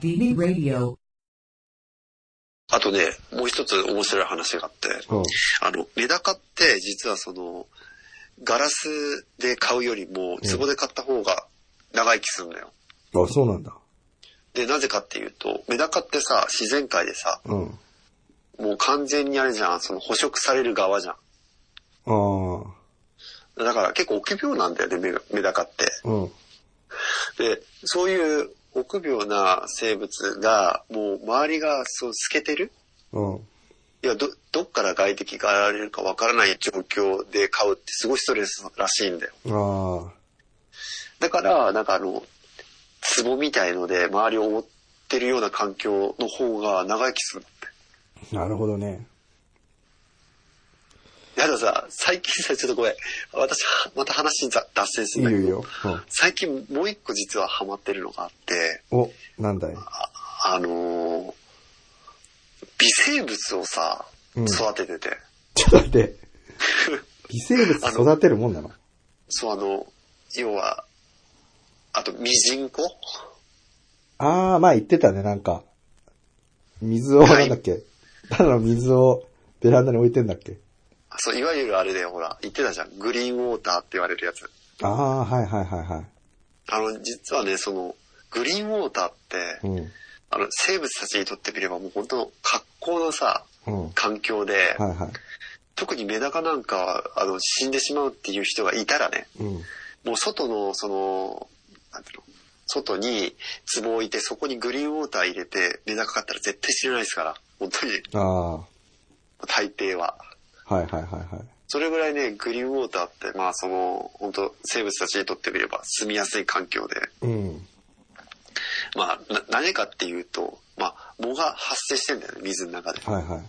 DB Radio. あとね、もう一つ面白い話があって、うん。あの、メダカって実はその、ガラスで買うよりも、壺で買った方が長生きするのよ。あ、そうなんだ。で、なぜかっていうと、メダカってさ、自然界でさ、うん。もう完全にあれじゃん、その捕食される側じゃん。ああ。だから結構臆病なんだよね、メメダカって。うん。で、そういう臆病な生物が、もう周りがそう透けてるうん。いや、ど、どっから外敵が現れるかわからない状況で飼うってすごいストレスらしいんだよ。あだから、なんかあの、壺みたいので周りを覆ってるような環境の方が長生きするんだっあ。なるほどね。て。やださ、最近さ、ちょっとごめん。私、また話ざ脱線すいいるんよだけど。いいよ。最近もう一個実はハマってるのがあって、うん。お、なんだいあのー微生物をさ、うん育ててて、ちょっと待って。微生物育てるもんなのそうあの、要は、あと、ミジンコああ、まあ言ってたね、なんか。水を、はないんだっけ。ただの水をベランダに置いてんだっけ。そう、いわゆるあれだよ、ほら、言ってたじゃん。グリーンウォーターって言われるやつ。ああ、はいはいはいはい。あの、実はね、その、グリーンウォーターって、うん。あの、生物たちにとってみればもう本当の格好のさ、うん。環境で、はいはい。特にメダカなんかは、あの、死んでしまうっていう人がいたらね、うん。もう外の、その、なんていうの、外に壺を置いて、そこにグリーンウォーター入れて、メダカかったら絶対死なないですから、本当に、ああ。は大抵は。いはいはいはい。それぐらいね、グリーンウォーターって、まあその、本当生物たちにとってみれば住みやすい環境で、うん。まあ、な、何かっていうと、まあ、藻が発生してんだよね、水の中で。はいはい。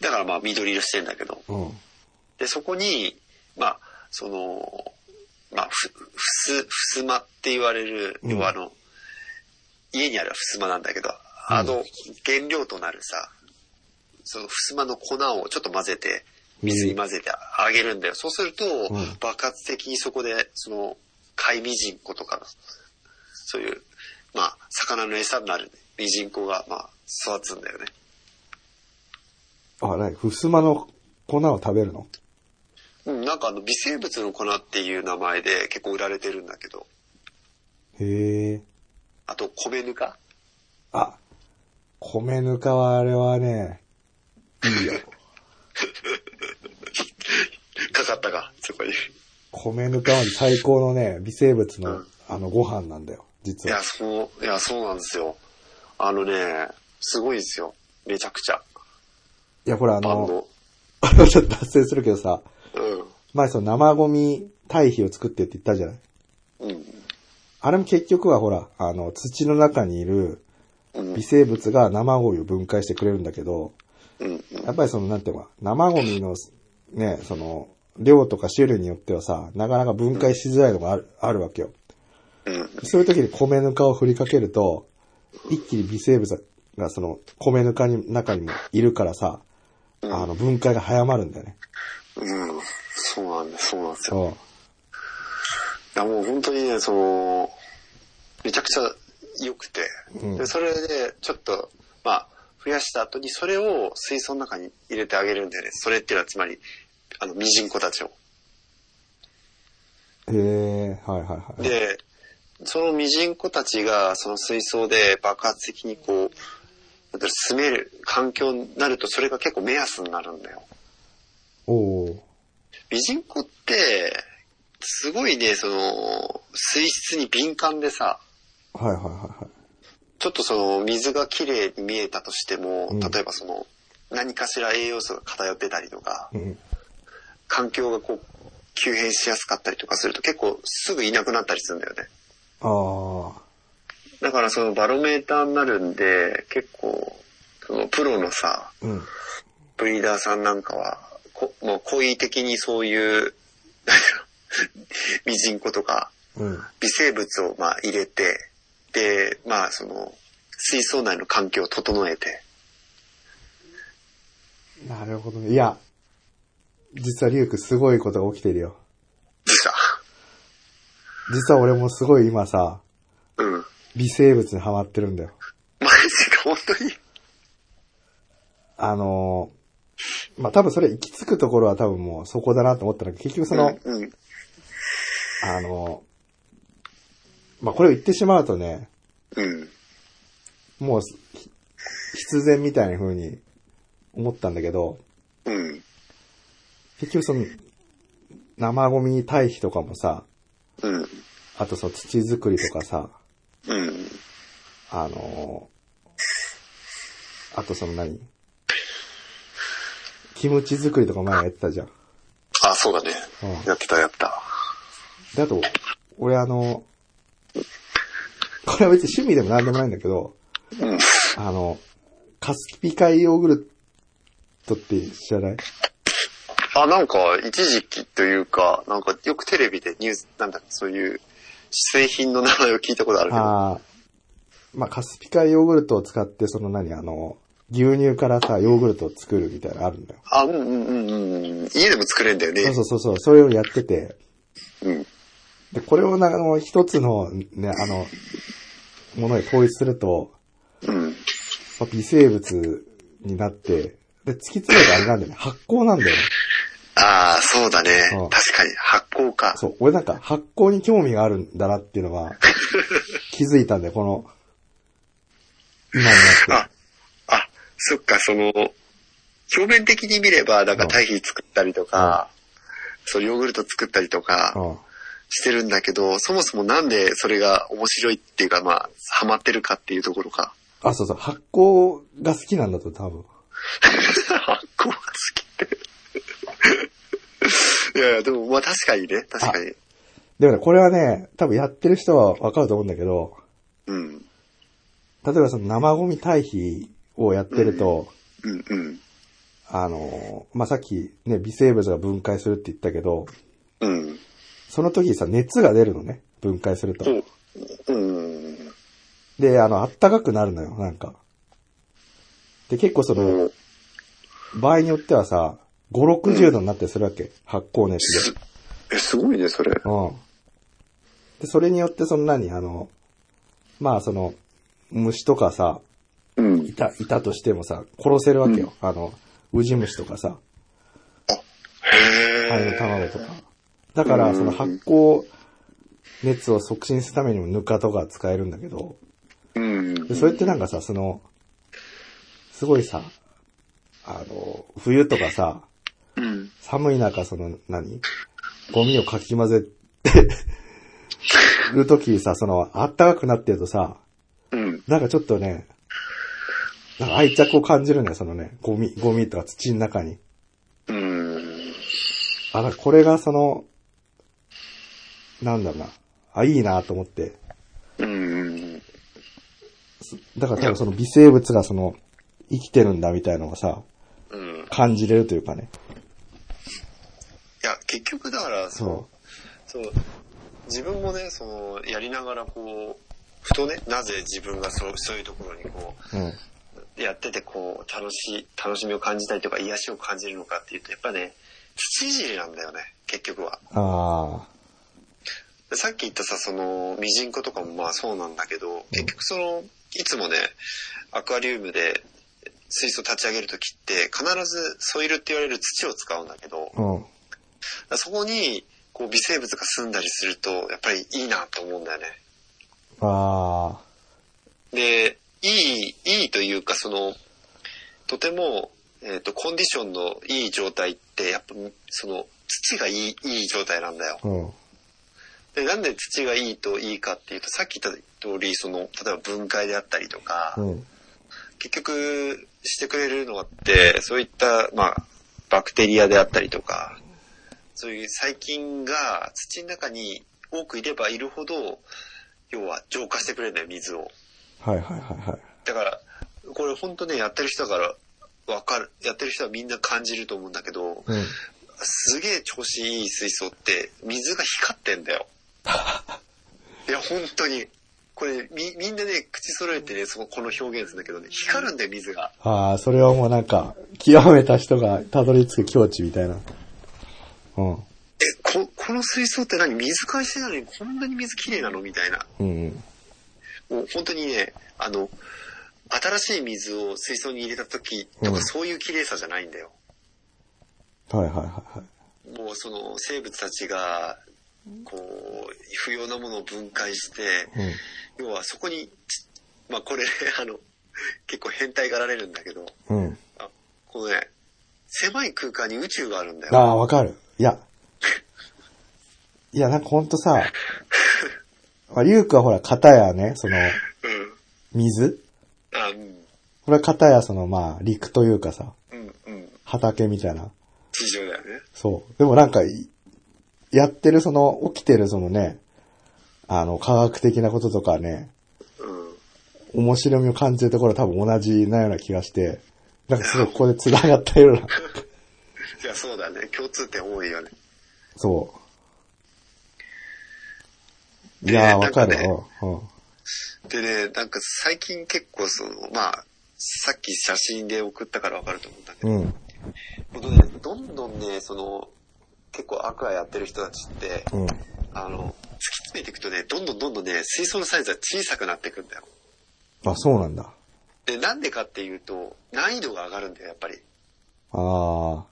だからまあ、緑色してんだけど。うん。で、そこに、まあ、その、まあ、ふ、ふす、ふすまって言われる、うん要はあの、家にあるふすまなんだけど、あの、原料となるさ、そのふすまの粉をちょっと混ぜて、水に混ぜてあげるんだよ。そうするとん、爆発的にそこで、その、貝ミジンコとか、そういう、まあ、魚の餌になるミジンコが、まあ、育つんだよね。あ、なに、ふすまの粉を食べるのうん、なんかあの、微生物の粉っていう名前で結構売られてるんだけど、へえ。あと、米ぬかあ、米ぬかはあれはね、いいよ。かかったか、そこに。い米ぬかは最高のね、微生物うのん、あの、ご飯なんだよ、実や、は。そう、いや、そうなんですよ。あのね、すごいですよ。めちゃくちゃ。いや、ほら、あ万の、能。あの、ちょっと 脱線するけどさ、う前その生ゴミ堆肥を作ってって言ったじゃないん。うん。あれも結局はほら、あの、土の中にいるうん微。生物が生ゴミを分解してくれるんだけど、うん。やっぱりその、なんていうのかな、生ゴミの、ね、その、量とか種類によってはさ、なかなか分解しづらいのがある、あるわけよ。うん。そういう時に米ぬかを振りかけると、一気に微生物がその米ぬかに中にもいるからさ、あの分解が早まるんだよね。うん。そうなんだ、そうなんですよ。そいや、もう本当にね、その、めちゃくちゃ良くて。うんでそれで、ちょっと、まあ、増やした後に、それを水槽の中に入れてあげるんだよね。それっていうのは、つまり、あの、ミジンコたちを。う。へえ、はいはいはい。で、そのミジンコたちがその水槽で爆発的にこう、なんていうの住める環境になるとそれが結構目安になるんだよ。おーミジンコって、すごいね、その、水質に敏感でさ、はいはいはちょっとその水がきれいに見えたとしてもうん、例えばその、何かしら栄養素が偏ってたりとかいは、い。うん。環境がこう、急変しやすかったりとかすると結構すぐいなくなったりするんだよね。あだからそのバロメーターになるんで、結構、そのプロのさ、あ、うん。ブリーダーさんなんかは、こもう故意的にそういう、 なんていうのミジンコとかうん。微生物をまあ入れて、で、まあその、水槽内の環境を整えて、なるほどね。いや、実はリュウクすごいことが起きてるよ。でした。実は俺もすごい今さ、うん。微生物にハマってるんだよ。マジか、本当に。あのーまあ、多分それ行き着くところは多分もうそこだなと思ったんだけど、結局その、うんうん。あのーまあ、これを言ってしまうとね、うん。もうす、ひ必然みたいな風に思ったんだけど、うん。結局その、生ゴミ堆肥とかもさ、うん。あとその土作りとかさ、うん。あのーあとその何キムチ作りとか前やってたじゃん。あ、そうだね。うんやってた、やってた。で、あと、俺あの、これは別に趣味でも何でもないんだけど、うん。あの、カスピ海ヨーグルトって知らないあ、なんか、一時期というか、なんか、よくテレビでニュース、なんだそういう、製品の名前を聞いたことあるけど。ああ。まあ、カスピ海ヨーグルトを使って、その何あの、牛乳からさ、ヨーグルトを作るみたいなのあるんだよ。あ、うんうんうんうん。家でも作れんだよね。そうそうそう、それをやってて、うん。で、これをな、あの、一つの、ね、あの、ものに統一すると、うん。まあ微生物になって、で、突き詰めたらあれなんだよね。発酵なんだよね。ああ、そうだね。うん確かに、発酵か。そう、俺なんか発酵に興味があるんだなっていうのは、気づいたんだよ、この、今になって。あ、あ、そっか、その、表面的に見れば、なんか堆肥作ったりとか、そう、ヨーグルト作ったりとかうん。してるんだけど、そもそもなんでそれが面白いっていうか、まあ、ハマってるかっていうところか。あ、そうそう、発酵が好きなんだと多分。 発酵が好きって。いやいや、でも、まあ確かにね、確かに。でもね、これはね、多分やってる人はわかると思うんだけど、うん。例えばその生ゴミ堆肥をやってると、うんうん。あの、まあ、さっきね、微生物が分解するって言ったけど、うん。その時さ、熱が出るのね、分解すると。うん。うん。で、あの、あったかくなるのよ、なんか。で、結構その、場合によってはさ、5、60度になったりするわけ。発酵熱で。え、すごいね、それ。うん。で、それによってその何、あの、まあその、虫とかさ、うんい。た、いたとしてもさ、殺せるわけよ。あの、ウジ虫とかさ、へハエの卵とか。だかうら、んその発酵熱を促進するためにもぬかとか使えるんだけど、うんで。それってなんかさ、その、すごいさ、あの、冬とかさ、うん。寒い中、その、何ゴミをかき混ぜて るときさ、その、あったかくなってるとさ、うん。なんかちょっとね、なんか愛着を感じるんだよ、そのね、ゴミ、ゴミとか土の中に。うん。あ、だからこれがその、なんだろうな。あ、いいなと思って。うん。だから多分その微生物がその、生きてるんだみたいのがさ、うん。感じれるというかね。いや、結局だから、そそう、自分もね、その、やりながらこう、ふとね、なぜ自分がそうそういうところにこう。うん。う、やっててこう、楽しい、楽しみを感じたりとか、癒しを感じるのかっていうと、やっぱね、土いじりなんだよね、結局は。あでさっき言ったさ、その、ミジンコとかもまあそうなんだけど、結局その、いつもね、アクアリウムで水槽立ち上げるときって、必ずソイルって言われる土を使うんだけど、あ。うん。そこに、こう、微生物が住んだりすると、やっぱりいいなと思うんだよね。あで、いい、いいというか、その、とても、えっ、と、コンディションのいい状態って、やっぱ、その、土がいい、いい状態なんだよ。あ。うで、ん。なんで土がいいといいかっていうと、さっき言った通り、その、例えば分解であったりとか、うん。結局、してくれるのって、そういった、まあ、バクテリアであったりとか、そういう細菌が土の中に多くいればいるほど、要は浄化してくれるんだよ、水を。はいはいはいはい。だから、これ本当ね、やってる人だから、わかる、やってる人はみんな感じると思うんだけど、うん。すげえ調子いい水槽って、水が光ってんだ よ。いや、本当に。これ、み、みんなね、口揃えてね、その、この表現するんだけどね、光るんだよ、水が。ああ、それはもうなんか、極めた人がたどり着く境地みたいな。うん。え、こ、この水槽って何水返してなのにこんなに水きれいなのみたいな。うんうん。もう本当にね、あの、新しい水を水槽に入れた時とうかんそういう綺麗さじゃないんだよ。はいはいはいはい。もうその生物たちが、こう、不要なものを分解して、うん。要はそこに、ちまあこれ、 あの、結構変態がられるんだけど、うん。あこのね、狭い空間に宇宙があるんだあよ。あ、わかる。いや。いや、なんかほんとさ、まあ、リュウクはほら、片やね、その、うん。水あ、うん。これは片やその、まあ、陸というかさ、うん、うん。畑みたいな。地上だよね。そう。でもなんか、いやってるその、起きてるそのね、あの、科学的なこととかね、うん。面白みを感じるところ多分同じなような気がして、なんかすごいここで繋がったような。 いや、そうだね。共通点多いよね。そう。いやー、わかるなんわ。うん。でね、なんか最近結構その、まあ、さっき写真で送ったからわかると思うんだけど、うん。本当ね、どんどんね、その、結構アクアやってる人たちって、うん。あの、突き詰めていくとね、どんどんどんどんね、水槽のサイズは小さくなっていくんだよ。あ、そうなんだ。で、なんでかっていうと、難易度が上がるんだよ、やっぱり。あ ー。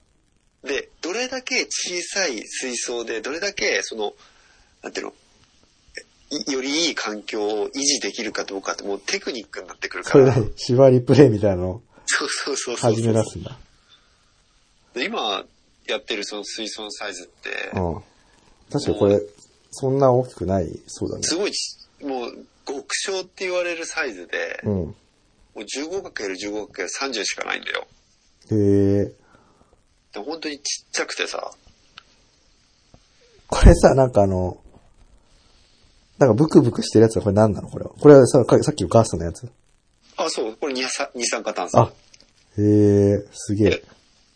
で、どれだけ小さい水槽で、どれだけ、その、なんていうの、いよりいい環境を維持できるかどうかって、もうテクニックになってくるそかれら。何縛りプレイみたいなのをそうそうそうそう。始め出すんだ。で今やってるその水槽のサイズって、うん。確かにこれ、そんな大きくない、そうだね。すごいち、もう、極小って言われるサイズで、うん。もう 15×15×30 しかないんだよ。へえ。で本当にちっちゃくてさ、これさ、なんかあの、なんかブクブクしてるやつはこれ何なのこれは。これはさかさっきのガスのやつ。あ、そう、これ二酸二酸化炭あ素。、へえ、すげえで。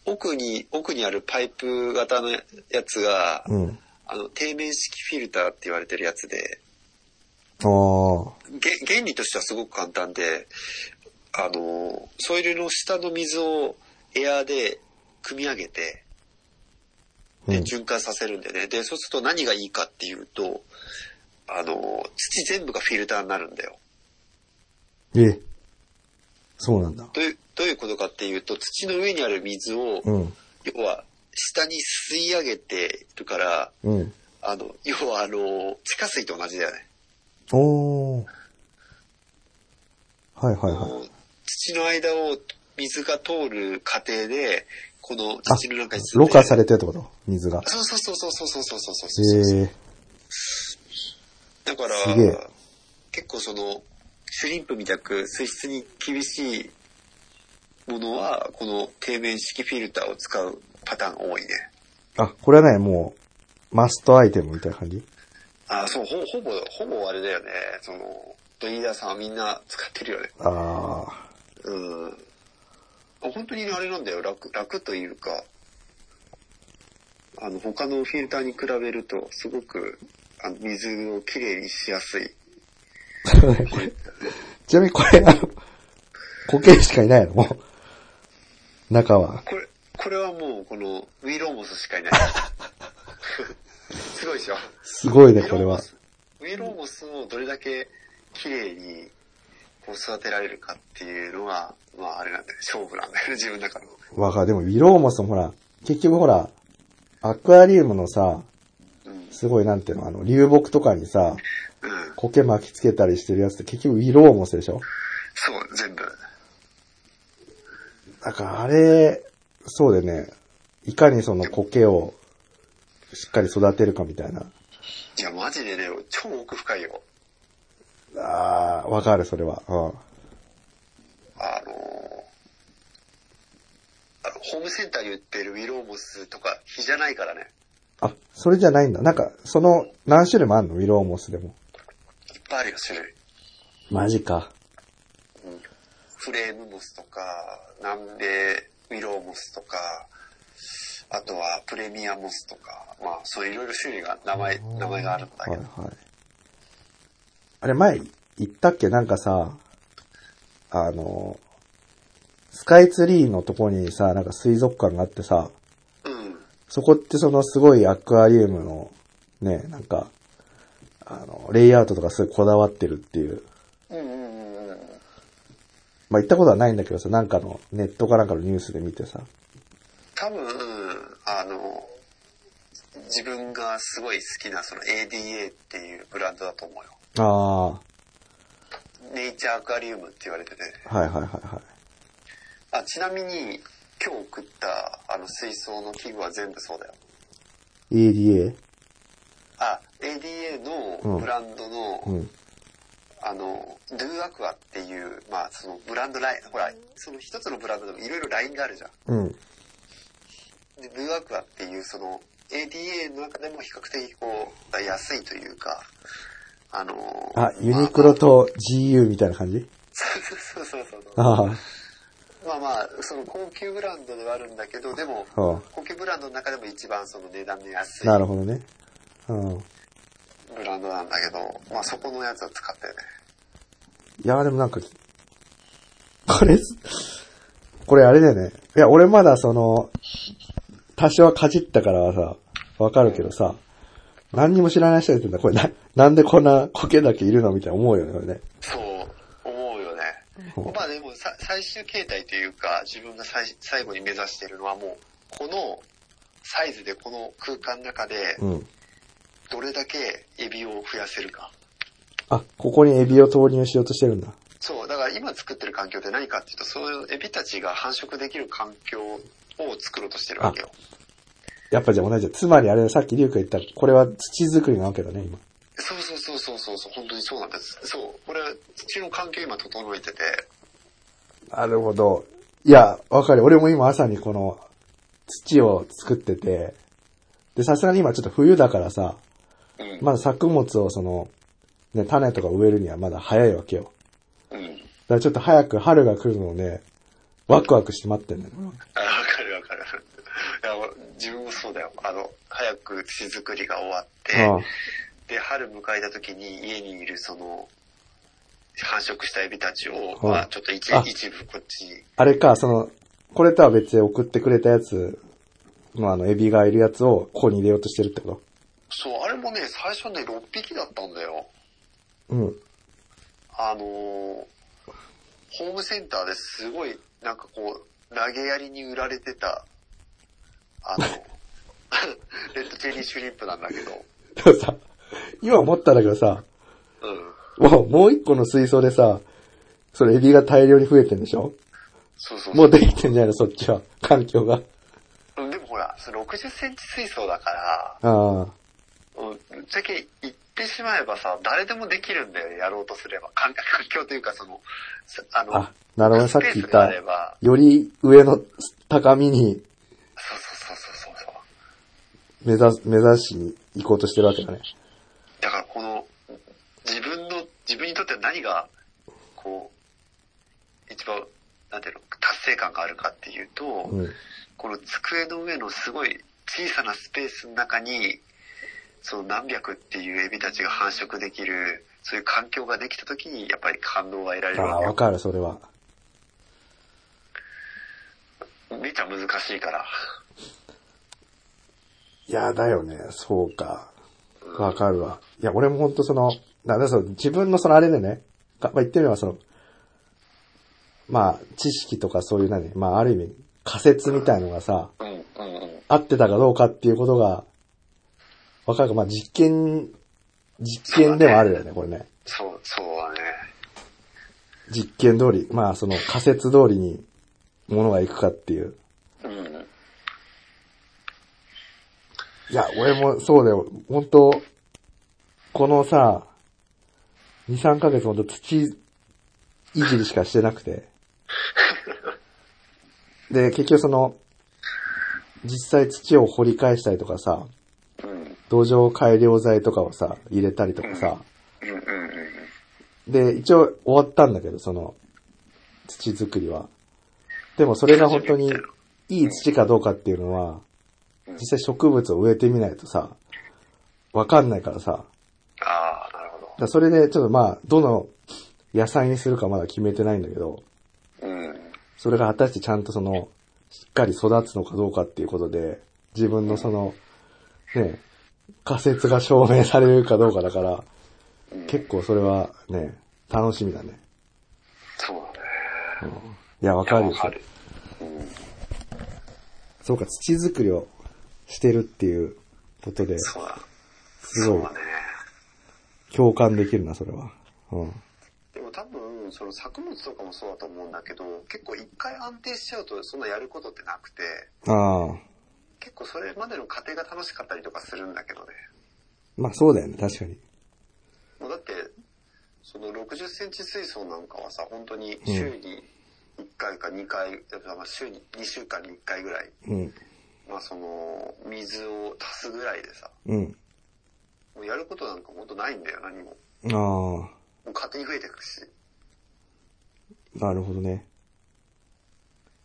奥に、奥にあるパイプ型のやつが、うん。あの、底面式フィルターって言われてるやつで、ああ。げ原理としてはすごく簡単で、あの、ソイルの下の水をエアーで組み上げて、うで、ん循環させるんでね。で、そうすると何がいいかっていうと、あの、土全部がフィルターになるんだよ。え、そうなんだ。どういう、どういうことかっていうと、土の上にある水を、うん。要は、下に吸い上げてるから、うん。あの、要はあの、地下水と同じだよね。おー。はいはいはい。土の間を水が通る過程で、この土の中に住んろで過されてるってこと水が。そうそうそうそうそうそうそうそうへそうえ。だかすげえら、結構その、シュリンプみたく水質に厳しいものは、この底面式フィルターを使うパターンが多いね。あ、これはね、もう、マストアイテムみたいな感じあそう、ほほぼ、ほぼあれだよね。その、ブリーダーさんはみんな使ってるよね。ああ。うん。あ本当にあれなんだよ。楽、楽というか、あの、他のフィルターに比べると、すごく、あの、水をきれいにしやすい。ちなみにこれ、あの、固形しかいないのもう。中は。これ、これはもう、この、ウィローモスしかいない。 すごいでしょすごいウね、ィこロれーモは。ス。ウィローモスをどれだけ綺麗に、こう育てられるかっていうのが、まああれなんだよ、勝負なんだよね、自分の中の。わかる。でも、ウィローモスもほら、結局ほら、アクアリウムのさ、うん。すごいなんていうの、あの、流木とかにさ、うん。苔巻きつけたりしてるやつって結局ウィローモスでしょそう、全部。だからあれ、そうでね、いかにその苔をしっかり育てるかみたいな。いや、マジでね、超奥深いよ。ああ、わかる、それは。あのーあの、ホームセンターに売ってるウィローモスとか、火じゃないからね、うん。あ、それじゃないんだ。なんか、その、何種類もあんのウィローモスでも。いっぱいあるよ、種類。マジか。フレームモスとか、南米ウィローモスとか、あとはプレミアモスとか、まあそういろいろ種類が、名前、名前があるんだはけいど。はい。あれ、前言ったっけなんかさ、あの、スカイツリーのとこにさ、なんか水族館があってさ、うん。そこってそのすごいアクアリウムのね、なんか、あの、レイアウトとかすごいこだわってるっていううんまあ行ったことはないんだけどさ、なんかの、ネットかなんかのニュースで見てさ。多分、あの、自分がすごい好きなその ADA っていうブランドだと思うよ。ああ、はネイチャーアクアリウムって言われてて。いはいはいはい。あ、ちなみに、今日送ったあの水槽の器具は全部そうだよ。 EDA? あ、ADA のブランドの、うん。あの、ドゥアクアっていう、まあそのブランドライン、ほら、その一つのブランドでもいろいろラインがあるじゃん。うん。で、ブーアクアっていうその ADA の中でも比較的こう、安いというか、あのーあ、ユニクロ。と GU みたいな感じそうそうそうそう。ああ、まあまあ、その高級ブランドではあるんだけど、でも、は高級ブランドの中でも一番その値段の安あ、い なるほどね。うん。ブランドなんだけど、まあそこのやつを使ってね。いや、でもなんか、これ、これあれだよね。いや、俺まだその、多少はかじったからはさ、わかるけどさ、何にも知らない人が言ってんだ。これな、なんでこんな苔だけいるのみたいな思うよね、俺ね。そう、思うよね。まあでもさ、最終形態というか、自分が最最後に目指してるのはもう、このサイズでこの空間の中で、うん。どれだけエビを増やせるか。あ、ここにエビを投入しようとしてるんだ。そう、だから今作ってる環境って何かっていうと、そういうエビたちが繁殖できる環境を作ろうとしてるわけよ。やっぱじゃあ同じだ。つまりあれだ、さっきリュウが言った、これは土作りなわけだね、今。そうそうそうそうそうそう、本当にそうなんです。そう、これ土の環境今整えてて、なるほど。いや、わかる。俺も今朝にこの土を作ってて、で、さすがに今ちょっと冬だからさ、うん、まだ作物をその、ね、種とか植えるにはまだ早いわけよ。うん。だからちょっと早く春が来るのをね、ワクワクして待ってんだよ。あ、わかるわかる。いや、俺自分もそうだよ。あの、早く土作りが終わって、ああで、春迎えた時に家にいるその、繁殖したエビたちを、うんまあちょっと一あ一部こっちに、あれか、その、これとは別で送ってくれたやつのあの、エビがいるやつをここに入れようとしてるってこそう、あれもね、最初ね、6匹だったんだよ。とうん。あのーホームセンターですごい、なんかこう、投げやりに売られてた、あ の、 レッドチェリーシュリンプなんだけど、でもさ、今思ったんだけどさ、うん。もう、もう一個の水槽でさ、それエビが大量に増えてんでしょそうそうそうもうできてんじゃないのそっちは。環境が。うんでもほら、その60センチ水槽だから、ああ。うん、ぶっちゃけ言ってしまえばさ、誰でもできるんだよ、やろうとすれば。環環 境というか、その、すあの、あ、なるほど。さっき言っスペースがあた、れば、より上の高みにそうそうそうそうそう。目指す、目指しに行こうとしてるわけだね。だからこの、自分の、自分にとっては何が、こう、一番、なんていうの、達成感があるかっていうと、うん。この机の上のすごい小さなスペースの中に、その何百っていうエビたちが繁殖できる、そういう環境ができた時に、やっぱり感動が得られあるあ、わわかる、それは。けよ。めちゃ難しいから。いや、だよね。そうか。わかるわ。いや、俺もほんとその、なんだその自分のそのあれでね、かまあ、言ってみればその、まあ、知識とかそういう何、まあ、ある意味、仮説みたいのがさ、うん、うん、うん。合ってたかどうかっていうことが、わかるか。まあ、実験、実験でもあるよね、これね。そう、そうだね。実験通り、まあ、その仮説通りに、ものがいくかっていう。うん。いや、俺もそうだよ。本当このさ、2、3ヶ月本当土いじりしかしてなくて。で、結局その、実際土を掘り返したりとかさ、うん、土壌改良剤とかをさ、入れたりとかさ、うん、うん、うん。で、一応終わったんだけど、その、土作りは。でもそれが本当にいい土かどうかっていうのは、実際植物を植えてみないとさ、わかんないからさ、ああ、なるほだからそれでちょっとまあ、どの野菜にするかまだ決めてないんだけど、ど。うん。それが果たしてちゃんとその、しっかり育つのかどうかっていうことで、自分のその、ね、仮説が証明されるかどうかだから、結構それはね、楽しみだね。そうだね。いや、わかるよ。春。そうか、土作りをしてるっていうことで、そうだ。すそごういだね。共感できるな、それは。うん。でも多分、その作物とかもそうだと思うんだけど、結構一回安定しちゃうと、そんなやることってなくて、ああ。結構それまでの過程が楽しかったりとかするんだけどね。まあそうだよね、確かに。もうだって、その60センチ水槽なんかはさ、本当に週に1回か2回、まあ週に2週間に1回ぐらい、うん。まあその、水を足すぐらいでさ、うん。もうやることなんか本当ないんだよ、何も。ああ。もう勝手に増えてくし。なるほどね。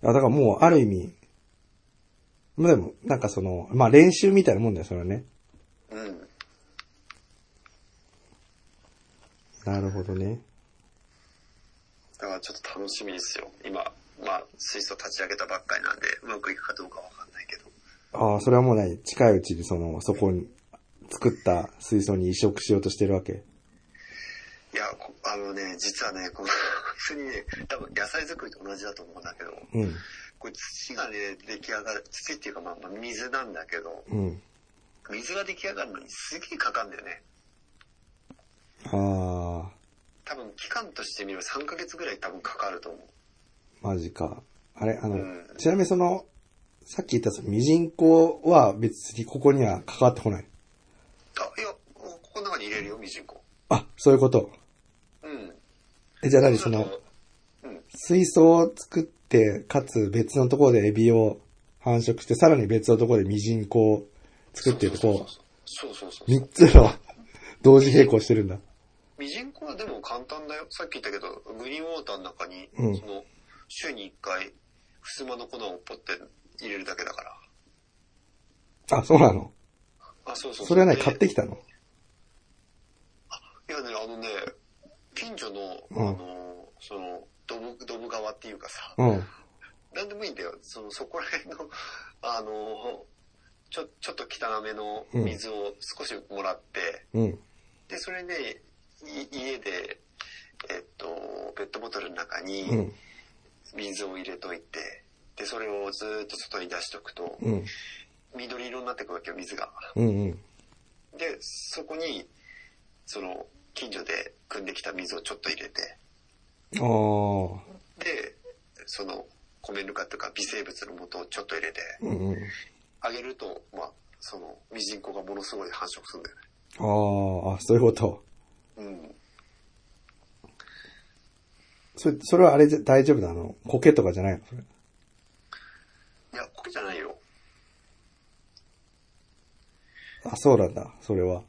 あ、だからもう、ある意味、まあでも、なんかその、まあ練習みたいなもんだよ、それはね。うん。なるほどね。だからちょっと楽しみですよ。今、まあ、水素立ち上げたばっかりなんで、うまくいくかどうかわかんないけど。ああ、それはもうない。近いうちにその、そこに、作った水槽に移植しようとしてるわけ。いや、こあのね、実はね、この、普通にね、多分野菜作りと同じだと思うんだけど、うん。これ土がね、出来上がる、土っていうかまあ、まあ、水なんだけど、うん。水が出来上がるのにすげえかかんだよね。あ多分期間として見れば3ヶ月ぐらい多分かかると思う。あ、マジか。あれ、あの、うんちなみにその、さっき言ったその、ミジンコは別にここには関わってこない。あ、いや、ここの中に入れるよ、ミジンコ。あ、そういうこと。うん。え、じゃあ何その、うん。水槽を作って、かつ別のところでエビを繁殖して、さらに別のところでミジンコを作ってるとこそうそうそうう、そう。三つの 同時並行してるんだ。ミジンコはでも簡単だよ。さっき言ったけど、グリーンウォーターの中に、うんその、週に1回、ふすまの粉をポッて入れるだけだから。あ、そうなのあ、そうそううそれはね、で買ってきたのいやね、あのね、近所の、うんあの、その、ドブ、ドブ川っていうかさ、うん。なんでもいいんだよ。その、そこら辺の、 あの、ちょ、ちょっと汚めの水を少しもらって、うん。で、それで、い家で、えっと、ペットボトルの中に、うん。水を入れといて、で、それをずーっと外に出しとくと、うん。緑色になってくるわけよ、水が。うん。うん。で、そこに、その、近所で汲んできた水をちょっと入れて、あー。で、その、米ぬかとか微生物の元をちょっと入れて、うんうん。あげると、まあ、その、ミジンコがものすごい繁殖するんだよあー、あ、そういうこと。ね。うん。それ、それはあれじゃ、大丈夫なあの。苔とかじゃないのそれいや、これじゃないよ。あ、そうなんだ。それは。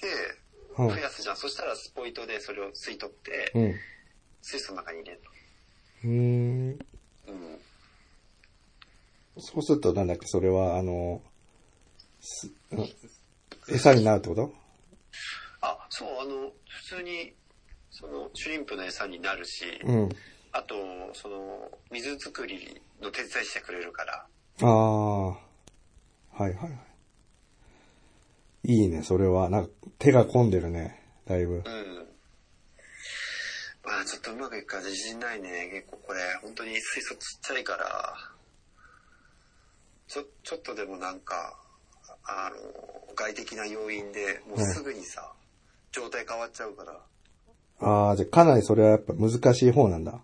で、うん増。やすじゃん。そしたらスポイトでそれを吸い取って、うん。う水素の中に入れるーん。の。うん。そうすると、なんだっけ、それは、あの、すうん餌になるってことあ、そう、あの、普通に、その、シュリンプの餌になるし、うん。あと、その、水作りの手伝いしてくれるから、ああ。はいはいはい。いいね、それは。なんか、手が込んでるね。だいぶう。ん。まあ、ちょっとうまくいくか自信ないね。結構これ、本当に水素ちっちゃいから、ちょ、ちょっとでもなんか、あの、外的な要因で、もうすぐにさ、状態変わっちゃうから、ああ、じゃあかなりそれはやっぱ難しい方なんだ。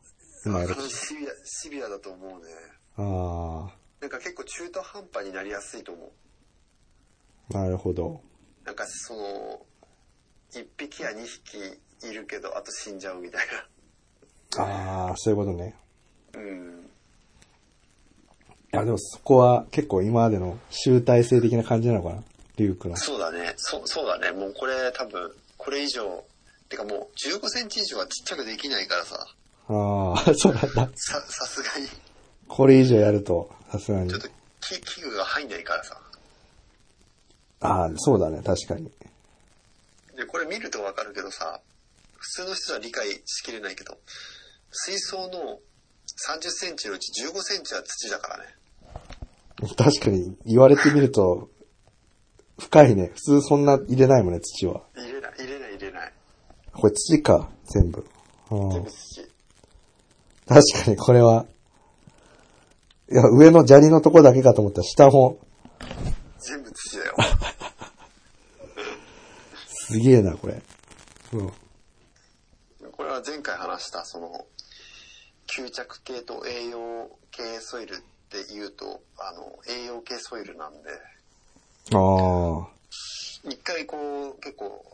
今やるかなりシビア、シビアだと思うね。あなんか結構中途半端になりやすいと思う。あ、なるほど。なんかその、一匹や二匹いるけど、あと死んじゃうみたいああ、そういうことね。な。うん。いや、でもそこは結構今までの集大成的な感じなのかな。リュウクの。そうだね。そそうだね。もうこれ多分、これ以上、てかもう15センチ以上はちっちゃくできないからさ、ああ、 そうなんだ。さ、さすがに、ちこれ以上やると、さすがにょっ。と器器具が入んないからさ。ああ、そうだね、確かに。で、これ見るとわかるけどさ、普通の人は理解しきれないけど、水槽の30センチのうち15センチは土だからね。確かに、言われてみると、深いね。普通そんな入れないもんね、土は。入れない、入れない、入れない。これ土か、全部。あ全部ー土。確かにこれは、いや、上の砂利のとこだけかと思ったら下も、全部土だよ。すげえな、これ。うん。これは前回話した、その、吸着系と栄養系ソイルって言うと、あの、栄養系ソイルなんで、ああ。一回こう、結構、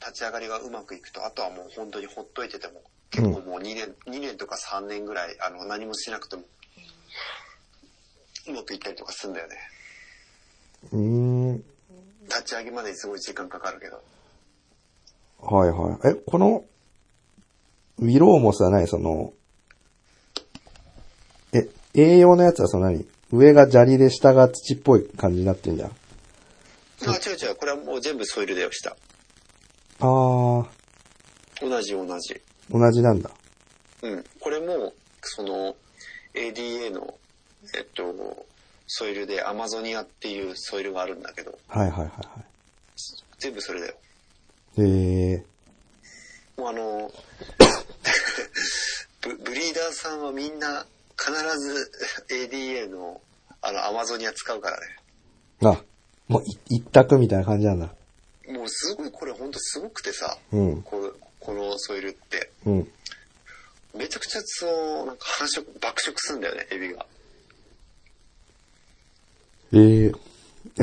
立ち上がりがうまくいくと、あとはもう本当にほっといてても、結構もう2年、2年とか3年ぐらい、あの、何もしなくても、うまくいったりとかするんだよね。うーん。立ち上げまでにすごい時間かかるけど。はいはい。え、この、ウィローモスは何その、え、栄養のやつはその何上が砂利で下が土っぽい感じになってんじゃん。あ、違う違う、これはもう全部ソイルだよ、した。あー、同じ同じ。同じなんだ。うん。これも、その、ADA の、えっと、ソイルでアマゾニアっていうソイルがあるんだけど、はいはいはいは全部それだよ。い。へえもうあの、 ブブリーダーさんはみんな必ず ADA のあのアマゾニア使うからね。ー。あ、もうい一択みたいな感じなんだ。もうすごいこれほんとすごくてさ、うんこのこのソイルって、うん。めちゃくちゃその、なんか繁殖、爆食すんだよね、エビが。えー、え、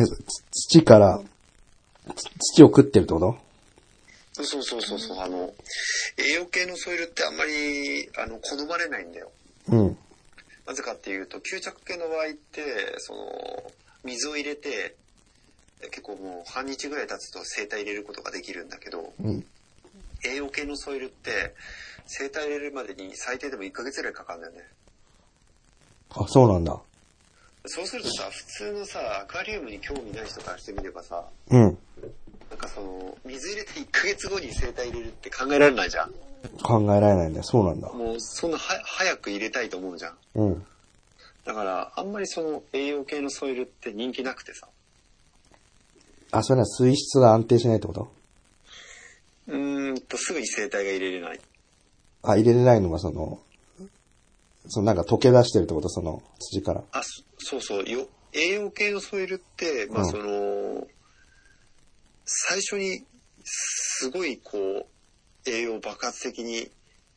つ土から、つ土を食ってるってことそうそうそうそう、あの、栄養系のソイルってあんまり、あの、好まれないんだよ。うん。なぜかっていうと、吸着系の場合って、その、水を入れて、結構もう半日ぐらい経つと生体入れることができるんだけど、うん。栄養系のソイルって、生体入れるまでに最低でも1ヶ月ぐらいかかるんだよね。あ、そうなんだ。そうするとさ、普通のさ、アクアリウムに興味ない人からしてみればさ、うん。なんかその、水入れて1ヶ月後に生体入れるって考えられないじゃん。考えられないんだよ。そうなんだ。もうそんなは早く入れたいと思うじゃん。うん。だから、あんまりその栄養系のソイルって人気なくてさ。あ、それは水質が安定しないってことうーんと、すぐに生体が入れれない。あ、入れれないのがその、そのなんか溶け出してるってことその土から。あ、そそうそう、よ、栄養系のソイルって、まうあんその、最初に、すごいこう、栄養を爆発的に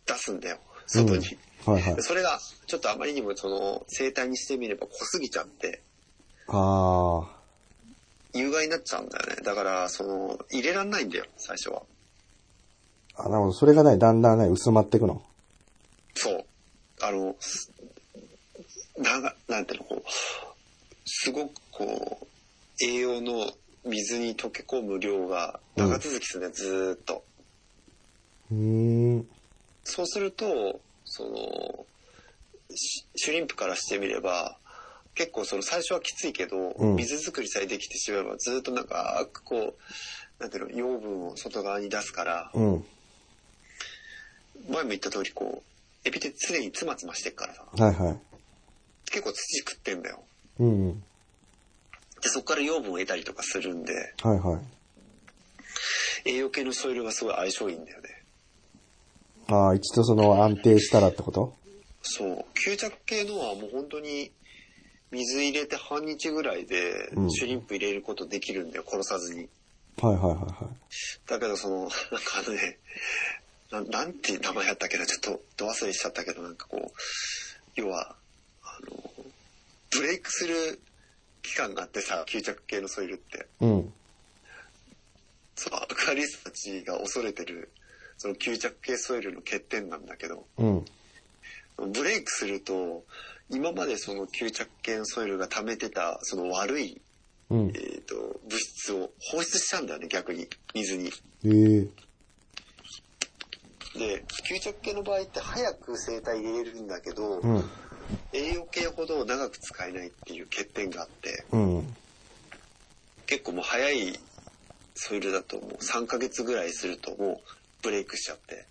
出すんだよ、外に。うん。はいはいで。それが、ちょっとあまりにもその、生態にしてみれば濃すぎちゃって、ああ、有害になっちゃうんだよね。だから、その、入れらんないんだよ、最初は。あ、なるほど。それがね、だんだんね、薄まっていくの。そう。あの、すなが、なんていうの、こう、すごくこう、栄養の水に溶け込む量が長続きするね、ずーっと。うーん。そうすると、その、シシュリンプからしてみれば、結構その最初はきついけど、うん水作りさえできてしまえばずーっと長くこう、なんていうの、養分を外側に出すから、うん。前も言った通りこう、エビって常につまつましてっからさ、はいはい。結構土食ってんだよ。うんうん。で、そこから養分を得たりとかするんで、はいはい。栄養系のソイルがすごい相性いいんだよね。ああ、一度その安定したらってことそう。吸着系のはもう本当に、水入れて半日ぐらいでう、んシュリンプ入れることできるんだよ、殺さずに。はいはいはいはい。だけどその、なんかあのね、ななんて名前やったっけな、ちょっと、ど忘れしちゃったけど、なんかこう、要は、あの、ブレイクする期間があってさ、吸着系のソイルって。うん。そう、アクアリスたちが恐れてる、その吸着系ソイルの欠点なんだけど、うん。ブレイクすると、今までその吸着系のソイルが溜めてた、その悪い、うんえ。ー、と物質を放出しちゃうんだよね、逆に。水に。ええ。で、吸着系の場合って早く生体入れれるんだけど、うん。栄養系ほど長く使えないっていう欠点があって、うん。結構もう早いソイルだともう3ヶ月ぐらいするともうブレイクしちゃって。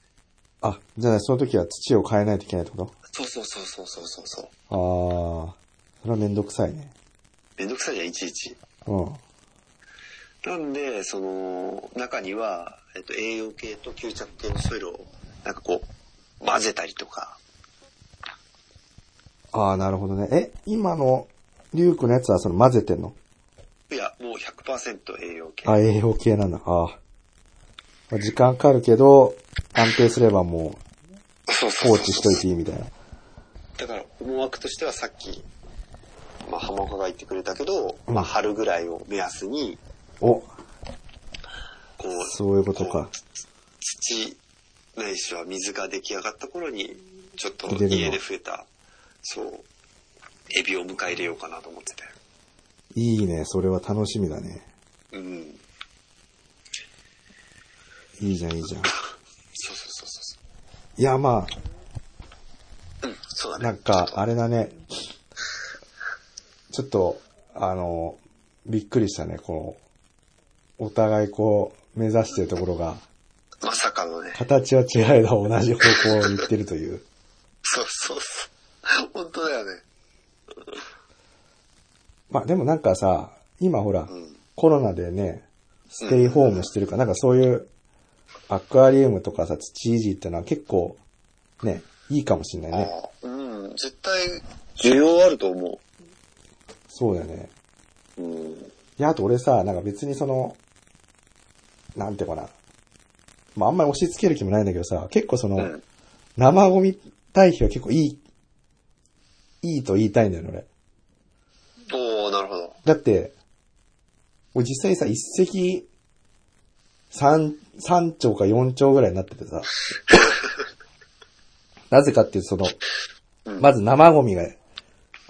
あ、じゃあその時は土を変えないといけないってこそうそうそうそうそうそうそう。とああ、それはめんどくさいね。めんどくさいじゃん、いちいち。うん。なんで、その、中には、えっと、栄養系と吸着系のソイルを、なんかこう、混ぜたりとか、ああ、なるほどね。え、今の、リュウクのやつはその混ぜてんのいや、もう100%栄養系。あ、栄養系なんだ。ああ。時間かかるけど、安定すればもそうう、そ放うそう置しといていいみたいな。だから、思惑としてはさっき、まあ、浜岡が言ってくれたけど、うんまあ、春ぐらいを目安に、お、こう、そういうことか。土、ないしは水が出来上がった頃に、ちょっと入れるの家で増えた、そう、エビを迎え入れようかなと思ってて。いいね。それは楽しみだね。うん。いいじゃん、いいじゃそん。うそうそうそいや、まう。うん、そうだあ、ね。なんか、あれだね。ちょっと、あの、びっくりしたね。この、お互いこう、目指してるところが、まさかのね。形は違いが同じ方向を行ってるという。そうそうそう。本当だよね。まあでもなんかさ、今ほら、んコロナでね、ステイホームしてるから、なんかそういう、アクアリウムとかさ、土いじってのは結構、ね、いいかもしんないね。ああうん、絶対、需要あると思そうだよね。う。うん。いや、あと俺さ、なんか別にその、なんていうかな。まああんまり押し付ける気もないんだけどさ、結構その、うん。生ゴミ堆肥は結構いい、いいと言いたいんだよね、俺。おー、なるほど。だって、俺実際さ、一石、三、三兆か四兆ぐらいになっ ててさ。なぜかっていうと、その、うんまず生ゴミが、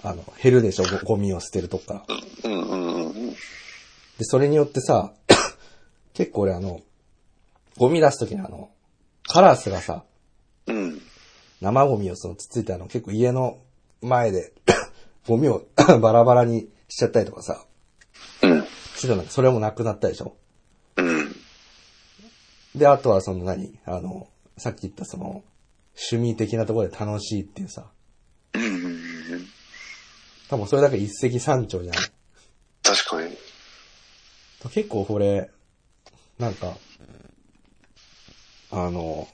あの、減るでしょ、ゴゴミを捨てるとこかうら。んうんうんうん。で、それによってさ、 結構俺あの、ゴミ出すときにあの、カラスがさ、うん。生ゴミをそのつっついたの結構家の前で、 ゴミを バラバラにしちゃったりとかさ、うん。してたのそれもなくなったでしょ。うん。で、あとはその何あの、さっき言ったその、趣味的なところで楽しいっていうさ。うん。多分それだけ一石三鳥じゃない確かに。結構これ、なんか、あの、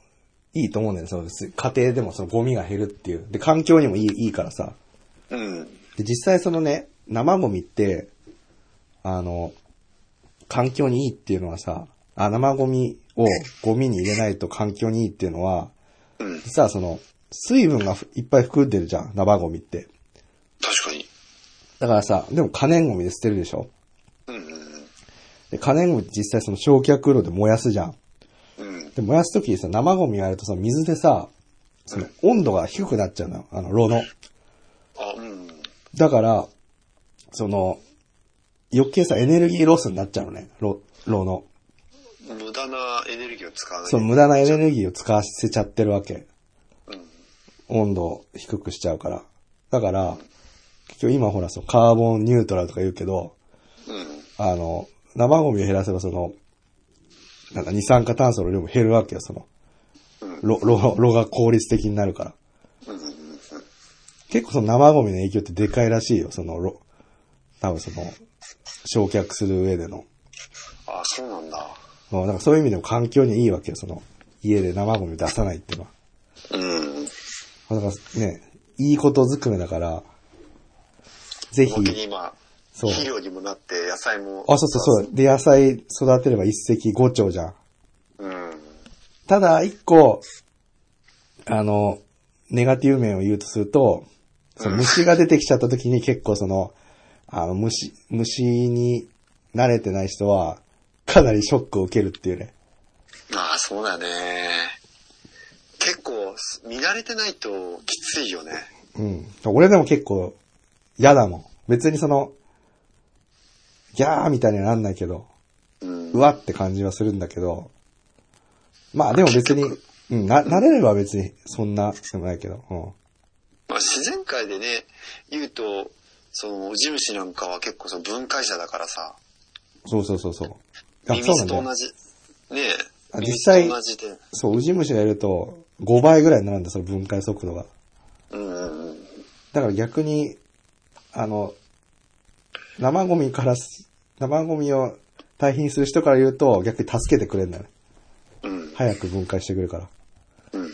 いいと思うんだよね。そのす家庭でもそのゴミが減るっていう。で、環境にもいい、いいからさ。うん。で、実際そのね、生ゴミって、あの、環境にいいっていうのはさ、あ、生ゴミをゴミに入れないと環境にいいっていうのは、うん。実はその、水分がふいっぱい含んでるじゃん、生ゴミって。確かに。だからさ、でも可燃ゴミで捨てるでしょうんうんで、可燃ゴミって実際その焼却炉で燃やすじゃん。うん。うん。で、燃やすときにさ、生ゴミがあるとさ、水でさ、その温度が低くなっちゃうのよ、あの、炉の。あ、うん。だから、その、余計さ、エネルギーロスになっちゃうのね、炉、炉の。無駄なエネルギーを使わない。その無駄なエネルギーを使わせちゃってるわけ。うん。温度を低くしちゃうから。だから、結局今ほら、そのカーボンニュートラルとか言うけど、うん。あの、生ゴミを減らせばその、なんか二酸化炭素の量も減るわけよ、その。ろ、ろ、ろが効率的になるから。結構その生ゴミの影響ってでかいらしいよ、そのろ、多分その、焼却する上での。あ、そうなんだ。うんなんかそういう意味でも環境にいいわけよ、その、家で生ゴミを出さないっていうのは。うん。だからね、いいことずくめだから、ぜひ、本当に今、そう肥料にもなって、野菜も。あ、そうそうそう、で野菜育てれば一石五鳥じゃん。うん。ただ、一個、あの、ネガティブ面を言うとすると、その虫が出てきちゃった時に結構その、あの、虫、虫に慣れてない人は、かなりショックを受けるっていうね。まあ、そうだね。結構、見慣れてないときついよね。うん。俺でも結構、嫌だもん。別にその、ギャーみたいにはなんないけど、うん。うわって感じはするんだけど、まあでも別に、うん、な、慣れれば別に、そんな、でもないけど、うん。まあ、自然界でね、言うと、その、オジ虫なんかは結構その分解者だからさ、そうそうそうそう。あ、ミそミうなズんだとよ同。じ、ねあえ、ミミ実ズ際と同じで、そう、ウジ虫がいると5倍ぐらいになるんだ、その分解速度が。うんうんうん。だから逆に、あの、生ゴミからす、生ゴミを堆肥にする人から言うと逆に助けてくれるんだよね。うん。早く分解してくれるから。っうんうん。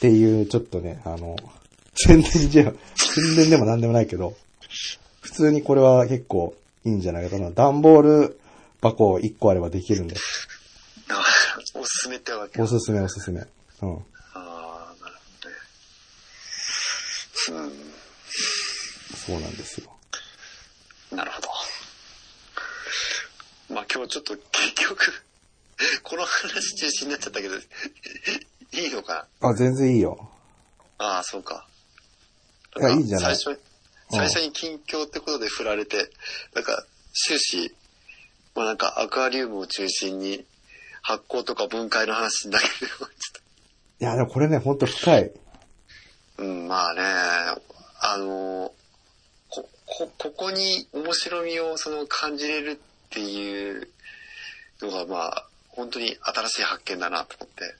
ていう、ちょっとね、あの、宣伝じゃ、宣伝でも何でもないけど、普通にこれは結構いいんじゃないかな。段ボール箱1個あればできるんで、あおすすめってわけおすすめおすすめ。うん。ああ、なるほどね。そうなんですよ。うん、なるほど。まあ今日ちょっと結局、 この話中止になっちゃったけど、 いいのかあ、全然いいよ。なああ、そうか。いやいいんじゃない最初に、最初に近況ってことで振られて、なんか終始、まあなんかアクアリウムを中心に発酵とか分解の話になるけど、ちょっといや、でもこれね、ほんと深い。うん、まあね、あの、こ、こ、ここに面白みをその感じれるっていうのがまあ、本当に新しい発見だなと思って。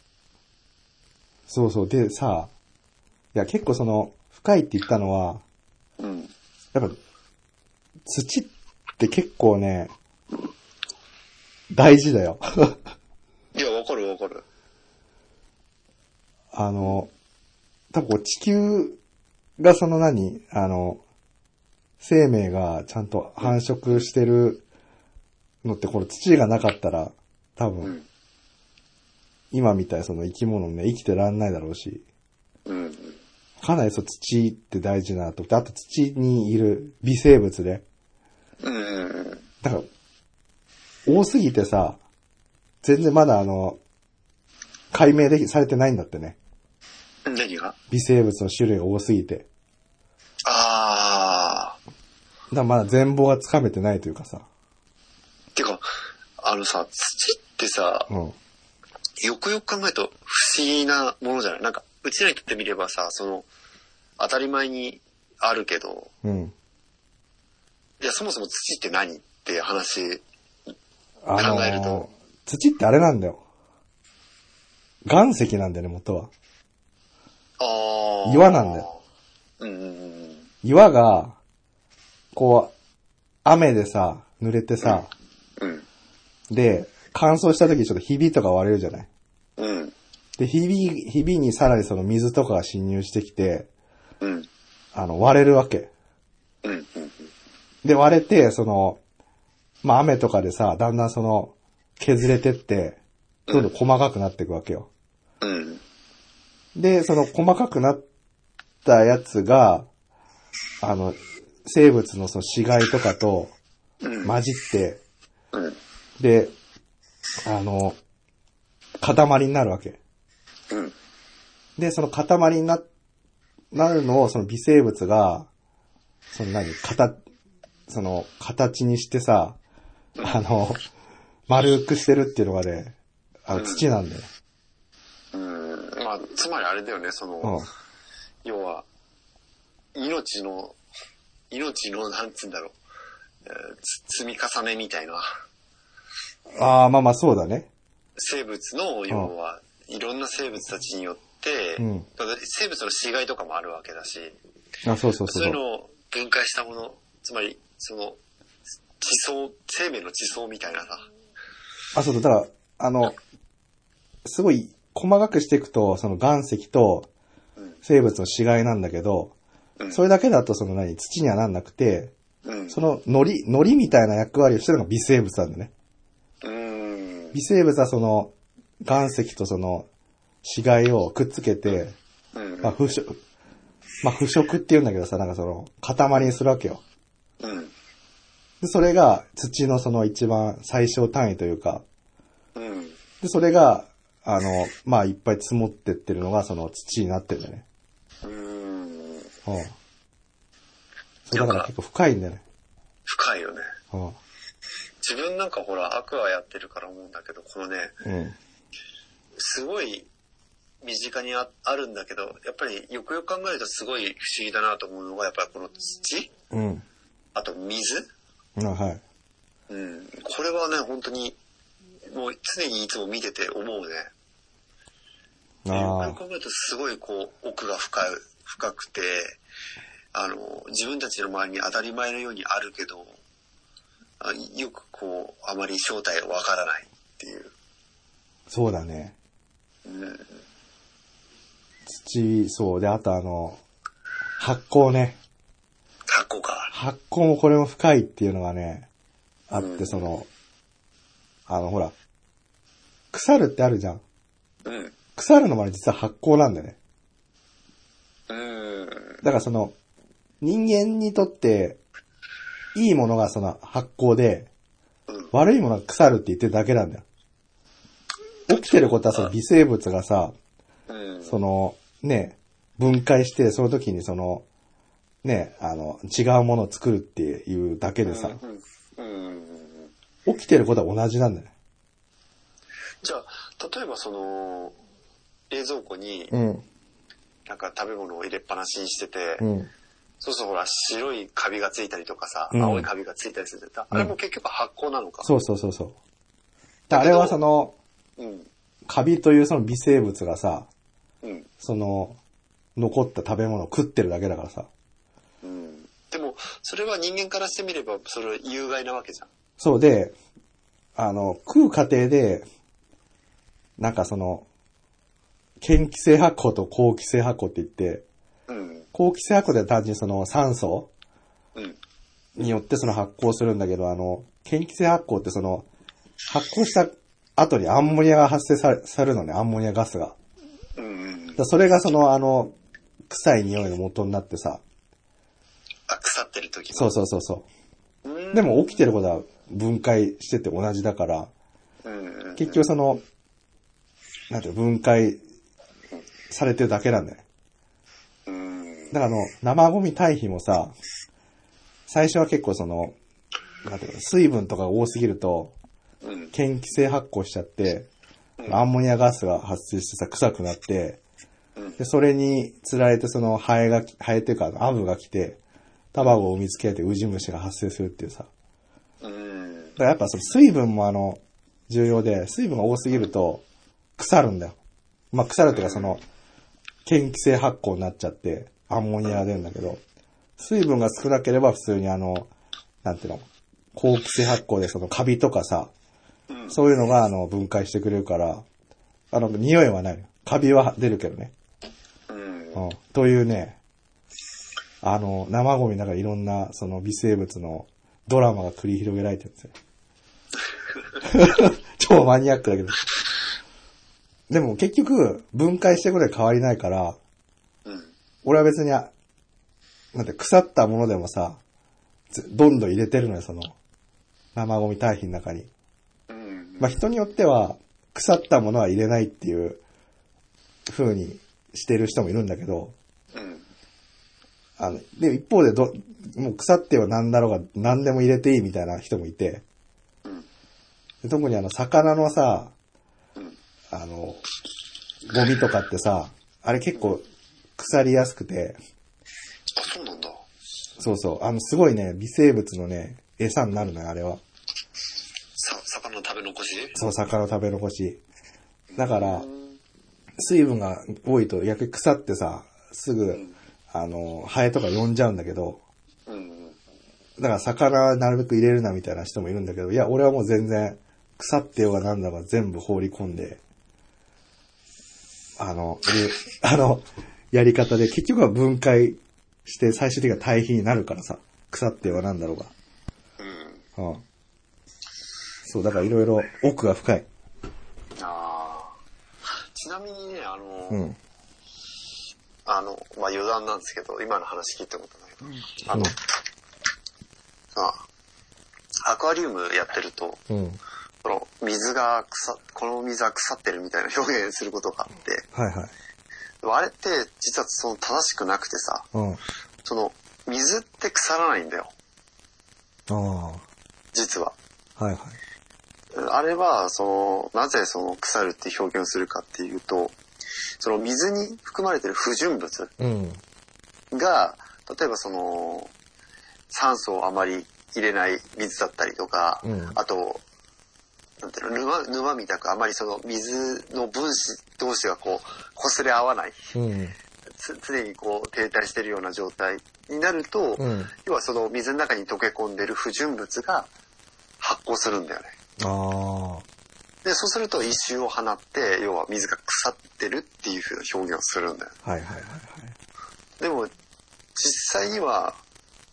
そうそう。で、さ、いや、結構その、深いって言ったのは、うん。やっぱ、土って結構ね、大事だよ。 いや、わかるわかる。あの、多分こう地球がその何、あの、生命がちゃんと繁殖してるのって、この土がなかったら、多う分ん、。今みたいその生き物ね、生きてらんないだろうし、うん。かなりそう土って大事だなと思って、あと土にいる微生物で、うんうんうん。だから、多すぎてさ、全然まだあの、解明でき、されてないんだってね。何が微生物の種類が多すぎて。あー。だからまだ全貌がつかめてないというかさ。てか、あのさ、土ってさ、うん。よくよく考えると不思議なものじゃないなんか、うちらにとってみればさ、その、当たり前にあるけど、うん。いや、そもそも土って何っていう話。あの考えるーと土ってあれなんだよ。岩石なんだよね、元は。あ岩なんだよ。うんうんうん。岩が、こう、雨でさ、濡れてさ、うん。で、乾燥した時にちょっとひびとか割れるじゃないうん。で、ひび、ひびにさらにその水とかが侵入してきて、うん。あの、割れるわけ。うん。うん。で、割れて、その、まあ、雨とかでさ、だんだんその、削れてって、どんどん細かくなっていくわけよ。うん。で、その細かくなったやつが、あの、生物のその死骸とかとうん。混じって、うん。で、あの、塊になるわけ。うん。で、その塊にな、なるのをその微生物が、その何、形、その形にしてさ、あの、丸くしてるっていうのがね、あの土なんだよ。うん。まあ、つまりあれだよね、その、うん。要は、命の、命の、なんつうんだろう、えーつ積み重ねみたいな、ああ、まあまあそうだね。生物の、要は、いろんな生物たちによって、うん生物の死骸とかもあるわけだし、あそうそうそそううそいうう。のを分解したもの、つまり、その、地層、生命の地層みたいなさ。あ、そうそう。だから、あの、すごい細かくしていくと、その岩石とうん生物の死骸なんだけど、うん。それだけだとその何、土にはなんなくて、うん。その糊、糊みたいな役割をしてるのが微生物なんだね。うーん微。生物はその岩石とその死骸をくっつけて、うん。まあ腐食、まあ腐食って言うんだけどさ、なんかその塊にするわけよ。うん。で、それが土のその一番最小単位というか、うん。で、それが、あの、まあいっぱい積もってってるのがその土になってるんだよね。うーん。うん。そうだから結構深いんだよね。深いよね。うん。自分なんかほら、アクアやってるから思うんだけど、このね、うん。すごい身近にああるんだけど、やっぱりよくよく考えるとすごい不思議だなと思うのが、やっぱりこの土うん。あと水うん、はい。うん。これはね、本当に、もう常にいつも見てて思うね。よくよあく考えるとすごいこう奥が深い深くてあの自分たちの周りに当たり前のようにあるけどあよくこうあまり正体がわからないっていう、あ、そうだね。うん、土、そう。で、あとあの、発酵ね。発酵か。発酵もこれも深いっていうのがね、あっうて、んその、あの、ほら、腐るってあるじゃん。うん。う腐るのもあれ実は発酵なんだよね。ーん。だからその、人間にとって、いいものがその発酵で、うん悪いものが腐るって言ってるだけなんだよ。起きてることはその微生物がさ、うん。その、ね、分解して、その時にその、ね、あの、違うものを作るっていうだけでさ、うんうん。起きてることは同じなんだよね。じゃあ、例えばその、冷蔵庫にん、なんか食べ物を入れっぱなしにしてて、うん。そうそうほら、白いカビがついたりとかさ、うん青いカビがついたりするじゃんあれも結局発酵なのか。そうそうそうそう。だからあれはその、うん。カビというその微生物がさ、うん。その、残った食べ物を食ってるだけだからさ。うん。でも、それは人間からしてみれば、それは有害なわけじゃん。そうで、あの、食う過程で、なんかその、嫌気性発酵と好気性発酵って言って、うん。好気性発酵では単純にその酸素うん。によってその発酵するんだけど、あの、嫌気性発酵ってその、発酵した後にアンモニアが発生されされるのね、アンモニアガスが。うんうんうだんか。らそれがその、あの、臭い匂いの元になってさ、あ、腐ってる時のそうそうそうそうんう。で、も起きてることは分解してて同じだから、うんうんうん、結局その、なんていうの分解されてるだけなんだよね。うん。だからあの、生ゴミ堆肥もさ、最初は結構その、なんていうの水分とかが多すぎると、うん。嫌気性発酵しちゃって、うんアンモニアガスが発生してさ、臭くなって、うんで、それに釣られてそのハエが、ハエっていうかあのアブが来て、卵を産みつけてウジ虫が発生するっていうさ。うんだ。からやっぱその水分もあの、重要で、水分が多すぎると、腐るんだよ。まあ、腐るっていうかその、嫌気性発酵になっちゃって、アンモニアが出るんだけど、水分が少なければ普通にあの、なんていうの、好気性発酵でそのカビとかさ、うんそういうのがあの、分解してくれるから、あの、匂いはない。カビは出るけどね。うん。うん。というね、あの、生ゴミの中でいろんな、その微生物のドラマが繰り広げられてるんですよ。超マニアックだけど。でも結局、分解してくれ変わりないから、うん。俺は別に、あなんて腐ったものでもさ、ずどんどん入れてるのよ、その、生ゴミ堆肥の中に。うん。まあ、人によっては、腐ったものは入れないっていう、風にしてる人もいるんだけど、うん。あの、で、一方でど、もう腐っては何だろうが何でも入れていいみたいな人もいて、うん。で特にあの、魚のさ、うん。あの、ゴミとかってさ、あれ結構腐りやすくて、あ、そうなんだ。そうそう、あの、すごいね、微生物のね、餌になるのよ、あれは。さ、魚の食べ残しそう、魚食べ残し。だからう、ん。水分が多いと逆に腐ってさ、すうぐん、あの、ハエとか呼んじゃうんだけど、うん。だから魚はなるべく入れるなみたいな人もいるんだけど、いや、俺はもう全然、腐ってようがなんだか全部放り込んで、あの、で あの、やり方で、結局は分解して最終的には堆肥になるからさ、腐ってようがなんだろうが。うん。うん。そう、だからいろいろ奥が深い。ああ。ちなみにね、あの、うん。あの、まあ、余談なんですけど、今の話聞いて思ったんだけど、あの、さアクアリウムやってると、うん。この水が腐っ、この水は腐ってるみたいな表現することがあって、はいはい。でもあれって実はその正しくなくてさ、うん。その水って腐らないんだよ、あ実は。あ。はいはい。あれは、その、なぜその腐るっていう表現をするかっていうと、その水に含まれてる不純物うん。が、例えばその、酸素をあまり入れない水だったりとか、うんあと、なんていうの、沼、沼みたくあまりその水の分子同士がこう、擦れ合わない、うん。つ常にこう停滞してるような状態になると、ん。要はその水の中に溶け込んでる不純物が発酵するんだよね。あで、そうすると一周を放って、要は水が腐ってるっていう風な表現をするんだよ。あ。はいはいはいはい。でも、実際には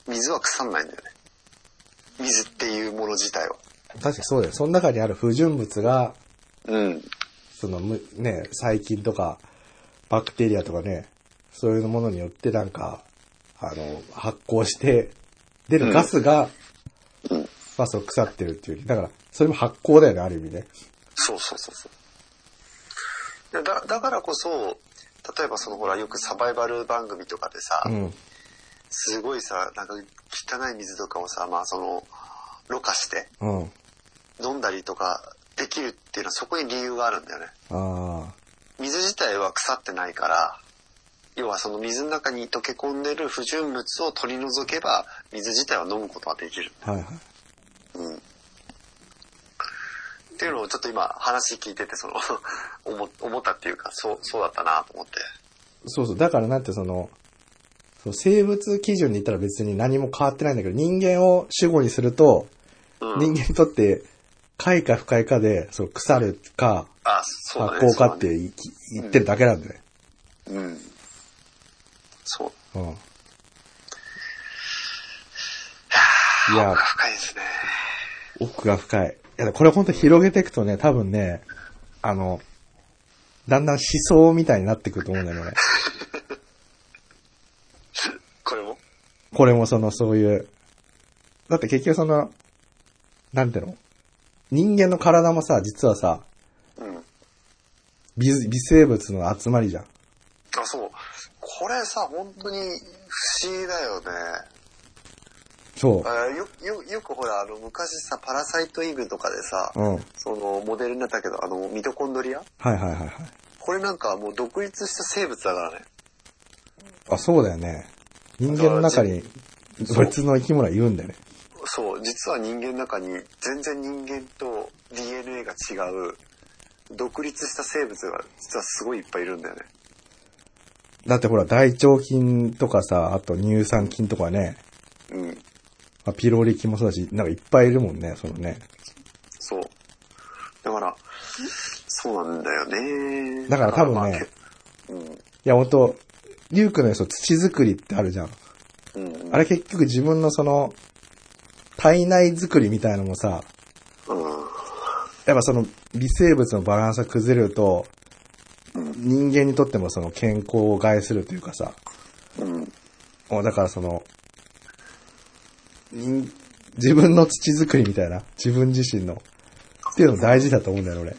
水は腐んないんだよね。水っていうもの自体は。確かにそうだよ。その中にある不純物が、うん。そのむ、ね、細菌とか、バクテリアとかね、そういうものによってなんか、あの、発酵して、出るガスが、うん。まあそう腐ってるっていう。だから、それも発酵だよね、ある意味ね。そうそうそうそう。だだからこそ、例えばそのほらよくサバイバル番組とかでさ、うん。すごいさ、なんか汚い水とかをさ、まあその、ろ過してうん。飲んだりとかできるっていうのはそこに理由があるんだよね。あ水自体は腐ってないから、要はその水の中に溶け込んでる不純物を取り除けば、水自体は飲むことができる。あ。はいはい。うん。っていうのをちょっと今話聞いてて、その、 思思ったっていうか、そう、そうだったなと思って。そうそう。だからなんてその、その生物基準で言ったら別に何も変わってないんだけど、人間を主語にすると、うん。人間にとって、快か不快かで、そう腐るか、あ、そうだ発ね。酵かっそうていき言ってるだけなんだよね。だね。うん。そう。うん。いや、深いですね。奥が深い。いや、これほんと広げていくとね、多分ね、あの、だんだん思想みたいになってくると思うんだよね。これもこれもその、そういう。だって結局その、なんていうの人間の体もさ、実はさ、うん。微微生物の集まりじゃん。あ、そう。これさ、本当に不思議だよね。そあよ、よ、よくほら、あの、昔さ、パラサイトイグとかでさう。、うん。はいその、モデルになったけど、あの、ミトコンドリアはいはいはい。これなんかもう独立した生物だからね。あ、そうだよね。人間の中に別の生き物はいるんだよね。そう、実は人間の中に全然人間と DNA が違う、独立した生物が実はすごいいっぱいいるんだよね。だってほら、大腸菌とかさ、あと乳酸菌とかね、うん。まあ、ピロリ菌もそうだし、なんかいっぱいいるもんね、そのね。そう。だから、そうなんだよね。だから多分ねだからまあいや、ほんと、リュウクの予想、土作りってあるじゃん。けうん。うん。あれ結局自分のその、体内作りみたいのもさ、うん。やっぱその微生物のバランスが崩れると、人間にとってもその健康を害するというかさ、うん。もうだからその、人自分の土作りみたいな、自分自身の、っていうの大事だと思うんだよね、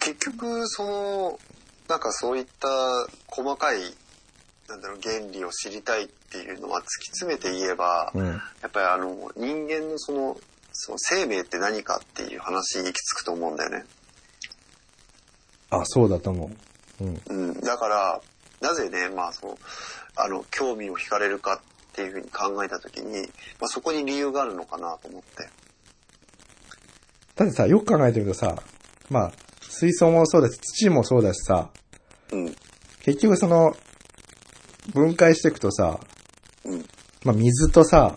結局、その、なんかそういった細かい、なんだろう、原理を知りたいっていうのは突き詰めて言えば、俺。うん。やっぱりあの、人間のその、その生命って何かっていう話に行き着くと思うんだよね。あ、そうだと思う。うん。うん。だから、なぜね、まあその、あの、興味を惹かれるかっていうふうに考えたときに、まあそこに理由があるのかなと思って。だってさ、よく考えてみるとさ、まあ、水槽もそうだし、土もそうだしさ、うん。結局その、分解していくとさ、うん。まあ水とさ、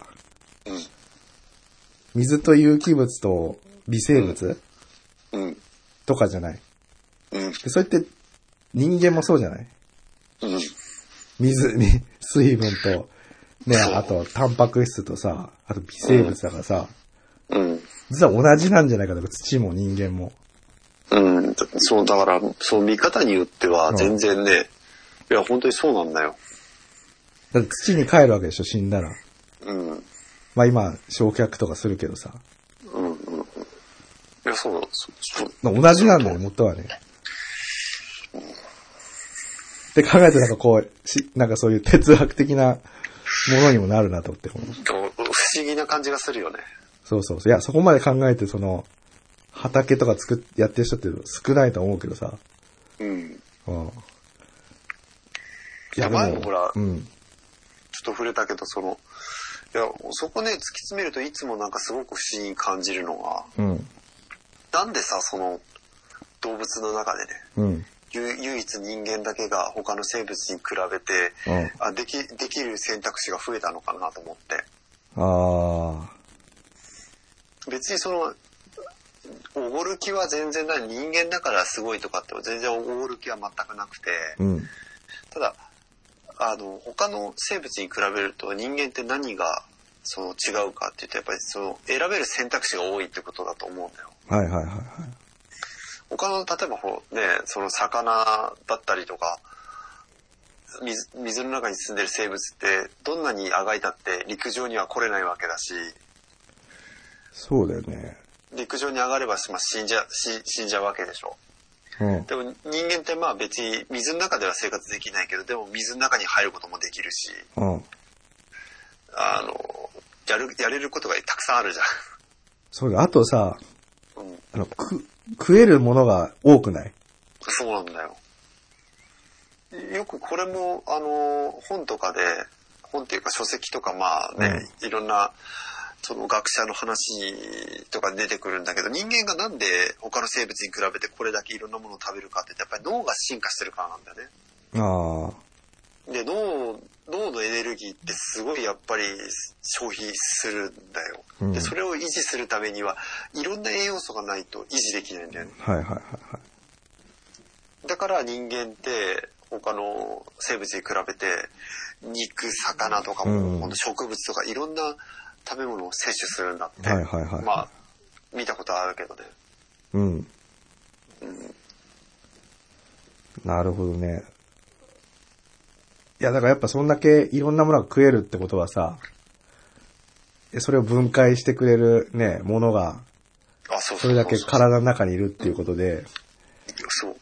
水と有機物と微生物うん。とかじゃない。うん。でそれって人間もそうじゃないうん。水に、水分と、ね、そうあと、タンパク質とさ、あと微生物だからさ、うん。実は同じなんじゃないかとか、土も人間も。うん、そう、だから、そう、見方によってはうん全然ね、いや、本当にそうなんだよ。だって土に帰るわけでしょ、死んだら。うん、まあ今、焼却とかするけどさ。うん、うん。いや、そうだ、そそう。まあ同じなんだよ、元はね。って考えてなんかこう、し、なんかそういう哲学的なものにもなるなと思って。このそう不思議な感じがするよね。そうそうそう。いや、そこまで考えてその、畑とか作っ、やってる人って少ないと思うけどさ。うん。ちょうん。いいや前もほらうん。っと触れたけど、その、いや、そこね、突き詰めるといつもなんかすごく不思議に感じるのが、うん。なんでさ、その、動物の中でね、うん。ゆ唯一人間だけが他の生物に比べて、うんあでき、できる選択肢が増えたのかなと思って。あ別にその、おごる気は全然ない。人間だからすごいとかって全然おごる気は全くなくて、ー。うん。ただ、あの、他の生物に比べると人間って何がその違うかって言うと、やっぱりその選べる選択肢が多いってことだと思うんだよ。はいはいはいはい。他の、例えばほうね、その魚だったりとか、水水の中に住んでる生物って、どんなにあがいたって陸上には来れないわけだし、そうだよね。陸上に上がれば、まあ、死んじゃ、死死んじゃうわけでしょ。うん。でも人間ってまあ別に水の中では生活できないけど、でも水の中に入ることもできるし、うん。あの、やる、やれることがたくさんあるじゃそうだ。あとさ、ん。 うん。あの、く、食えるものが多くないそうなんだよ。よくこれも、あの、本とかで、本っていうか書籍とかまあね、いろんな、その学者の話とかに出てくるんだけど、人間がなんで他の生物に比べてこれだけいろんなものを食べるかって言って、やっぱり脳が進化してるからなんだよね。ああ。で、脳、脳のエネルギーってすごいやっぱり消費するんだよ。うんで、それを維持するためには、いろんな栄養素がないと維持できないんだよね。はいはいはいはい。だから人間って、他の生物に比べて、肉、魚とかも、うんこの植物とかいろんな食べ物を摂取するんだって。はいはいはいまあ、見たことあるけどね。うん。なるほどね。いや、だからやっぱそんだけいろんなものが食えるってことはさ、えそれを分解してくれるね、ものが、あ、そうそうれうだけそう体の中にいるっていうことで、そう。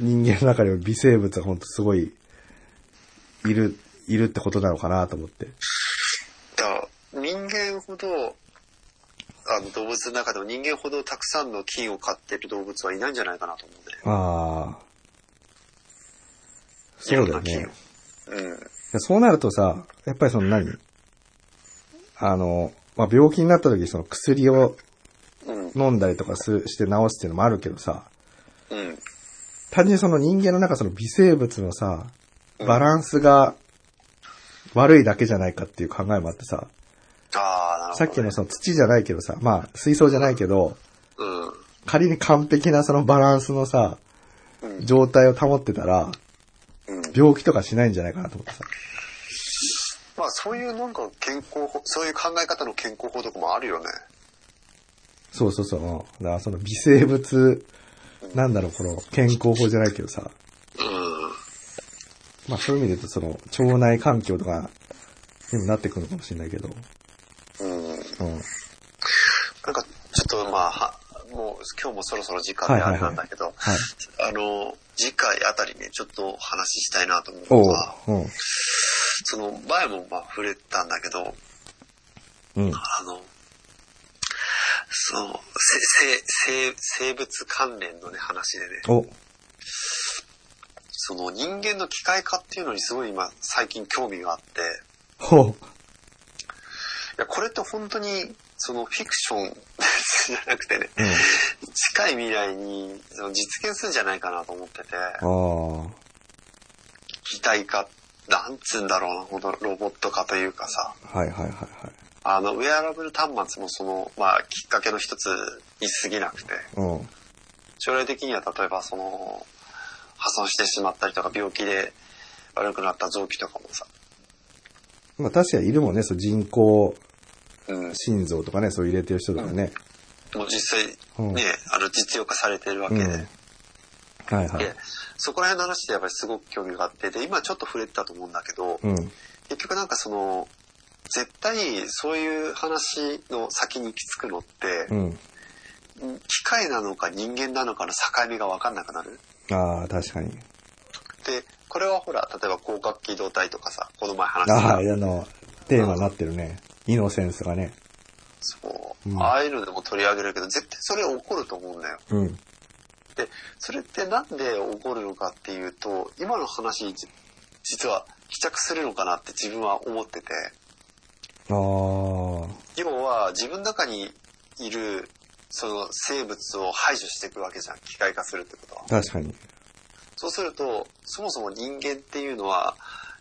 人間の中にも微生物がほんとすごい、いる、いるってことなのかなと思って。だから人間ほど、あの動物の中でも人間ほどたくさんの菌を飼ってる動物はいないんじゃないかなと思うんだよ。ああ。そういだろよんな菌ねを。うん。でそうなるとさ、やっぱりその何あの、まあ、病気になった時その薬をうん。飲んだりとかすして治すっていうのもあるけどさ、うん。単純にその人間の中その微生物のさ、バランスが悪いだけじゃないかっていう考えもあってさ、ああ、なるほど、ね。さっきのその土じゃないけどさ、まあ水槽じゃないけど、うん。仮に完璧なそのバランスのさ、うん状態を保ってたら、うん。病気とかしないんじゃないかなと思ってさ。まあそういうなんか健康法、そういう考え方の健康法とかもあるよね。そうそうそう。うんだからその微生物、なんだろう、この健康法じゃないけどさ。うん。まあそういう意味で言うとその腸内環境とかにもなってくるのかもしれないけど。うん。うん。なんかちょっとまあ、はもう今日もそろそろ時間であれなんだけど、はい。あの、次回あたりね、ちょっとお話ししたいなと思うおのうが、。その前もまあ触れたんだけど、うん。うん。あの、その、せ、せ、せ、生物関連のね、話でね、お。 その人間の機械化っていうのにすごい今、最近興味があって、ほう。いや、これって本当に、そのフィクションじゃなくてね、近い未来にその実現するんじゃないかなと思ってて、あ機体化、なんつうんだろうな、このロボット化というかさ、あ。はいはいはいはい。あの、ウェアラブル端末もその、まあ、きっかけの一つに過ぎなくて、うん。将来的には例えばその、破損してしまったりとか、病気で悪くなった臓器とかもさ、まあ確かにいるもんね、そう人工うん、心臓とかね、そう入れてる人とかね。もう実際ね、うんあの、実用化されてるわけうん。で、はいはいで。、そこら辺の話でやっぱりすごく興味があって、で、今ちょっと触れてたと思うんだけど、うん。結局なんかその、絶対そういう話の先に行き着くのってう、ん。機械なのか人間なのかの境目が分かんなくなる。ああ、確かに。で、これはほら、例えば広角機動隊とかさ、この前話したああ、あの、テーマになってるね。イノセンスがね。そう、うんああいうのでも取り上げるけど、絶対それ起こると思うんだよ。うん。で、それってなんで起こるのかっていうと、今の話にじ実は帰着するのかなって自分は思ってて、ああ。要は自分の中にいるその生物を排除していくわけじゃん機械化するってことは確かに。そうするとそもそも人間っていうのは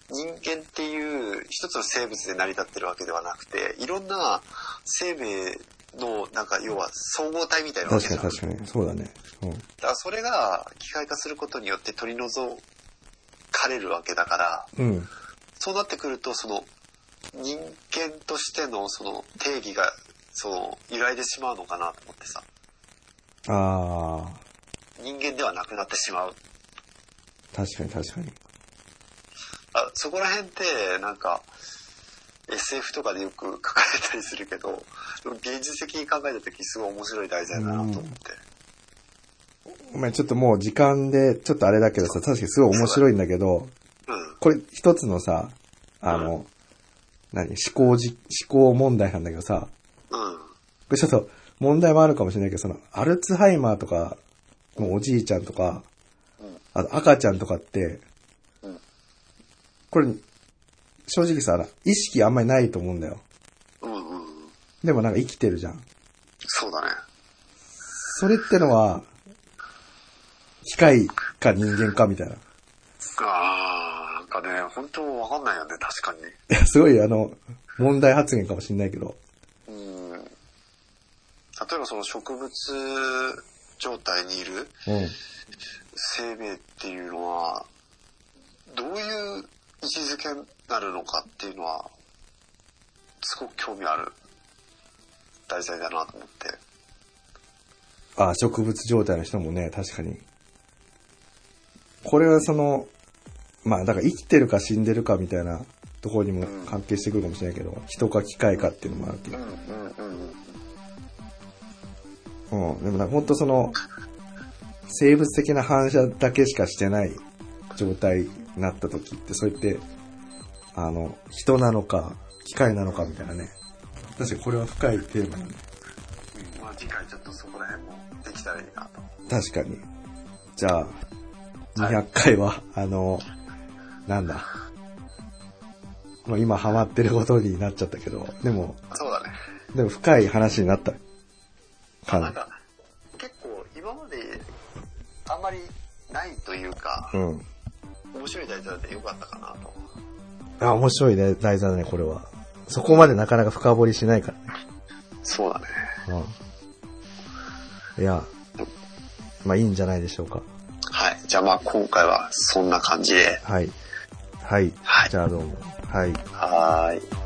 人間っていう一つの生物で成り立ってるわけではなくていろんな生命のなんか要は総合体みたいなわけ確じかゃにん確かに。そうだね。うん。だからそれが機械化することによって取り除かれるわけだから、うん。そうなってくると、その、人間としての、その、定義が、その、揺らいでしまうのかなと思ってさ、ああ、人間ではなくなってしまう。確かに確かに。あそこら辺って、なんか、SF とかでよく書かれたりするけど、でも現実的に考えた時すごい面白い題材だなと思って。ごめん、ちょっともう時間で、ちょっとあれだけどさ、確かにすごい面白いんだけど、うん。これ一つのさ、あの、何、思考じ、思考問題なんだけどさ、うん。これちょっと問題もあるかもしれないけど、その、アルツハイマーとか、もうおじいちゃんとか、うん。あと赤ちゃんとかって、うんこれ、正直さ、意識あんまりないと思うんだよ。うんうん。でもなんか生きてるじゃん。そうだね。それってのは、機械か人間かみたいな。いあー、なんかね、本当わかんないよね、確かに。や、すごいあの、問題発言かもしんないけど。うん。例えばその植物状態にいるうん。生命っていうのは、どういう位置づけになるのかっていうのは、すごく興味ある題材だなと思って。あ、植物状態の人もね、確かに。これはその、まあだから生きてるか死んでるかみたいなところにも関係してくるかもしれないけど、人か機械かっていうのもあるけど。んうんうん。うん。でもなんかほんとその、生物的な反射だけしかしてない状態になった時って、そうやって、あの、人なのか、機械なのかみたいなね。確かにこれは深いテーマだね。まあ次回ちょっとそこら辺もできたらいいなと。確かに。じゃあ、200回は、あの、なんだ。もう今ハマってることになっちゃったけど、でも、そうだね。でも深い話になった。なかんな。か、結構今まであんまりないというか、うん。面白い題材でよかったかなと。あ、面白いね、題材だね、これは。そこまでなかなか深掘りしないからね。そうだね。うん。いや、まあいいんじゃないでしょうか。はい。じゃあまあ今回はそんな感じで。はい。はい。はいじゃあどうも。はい。はーい。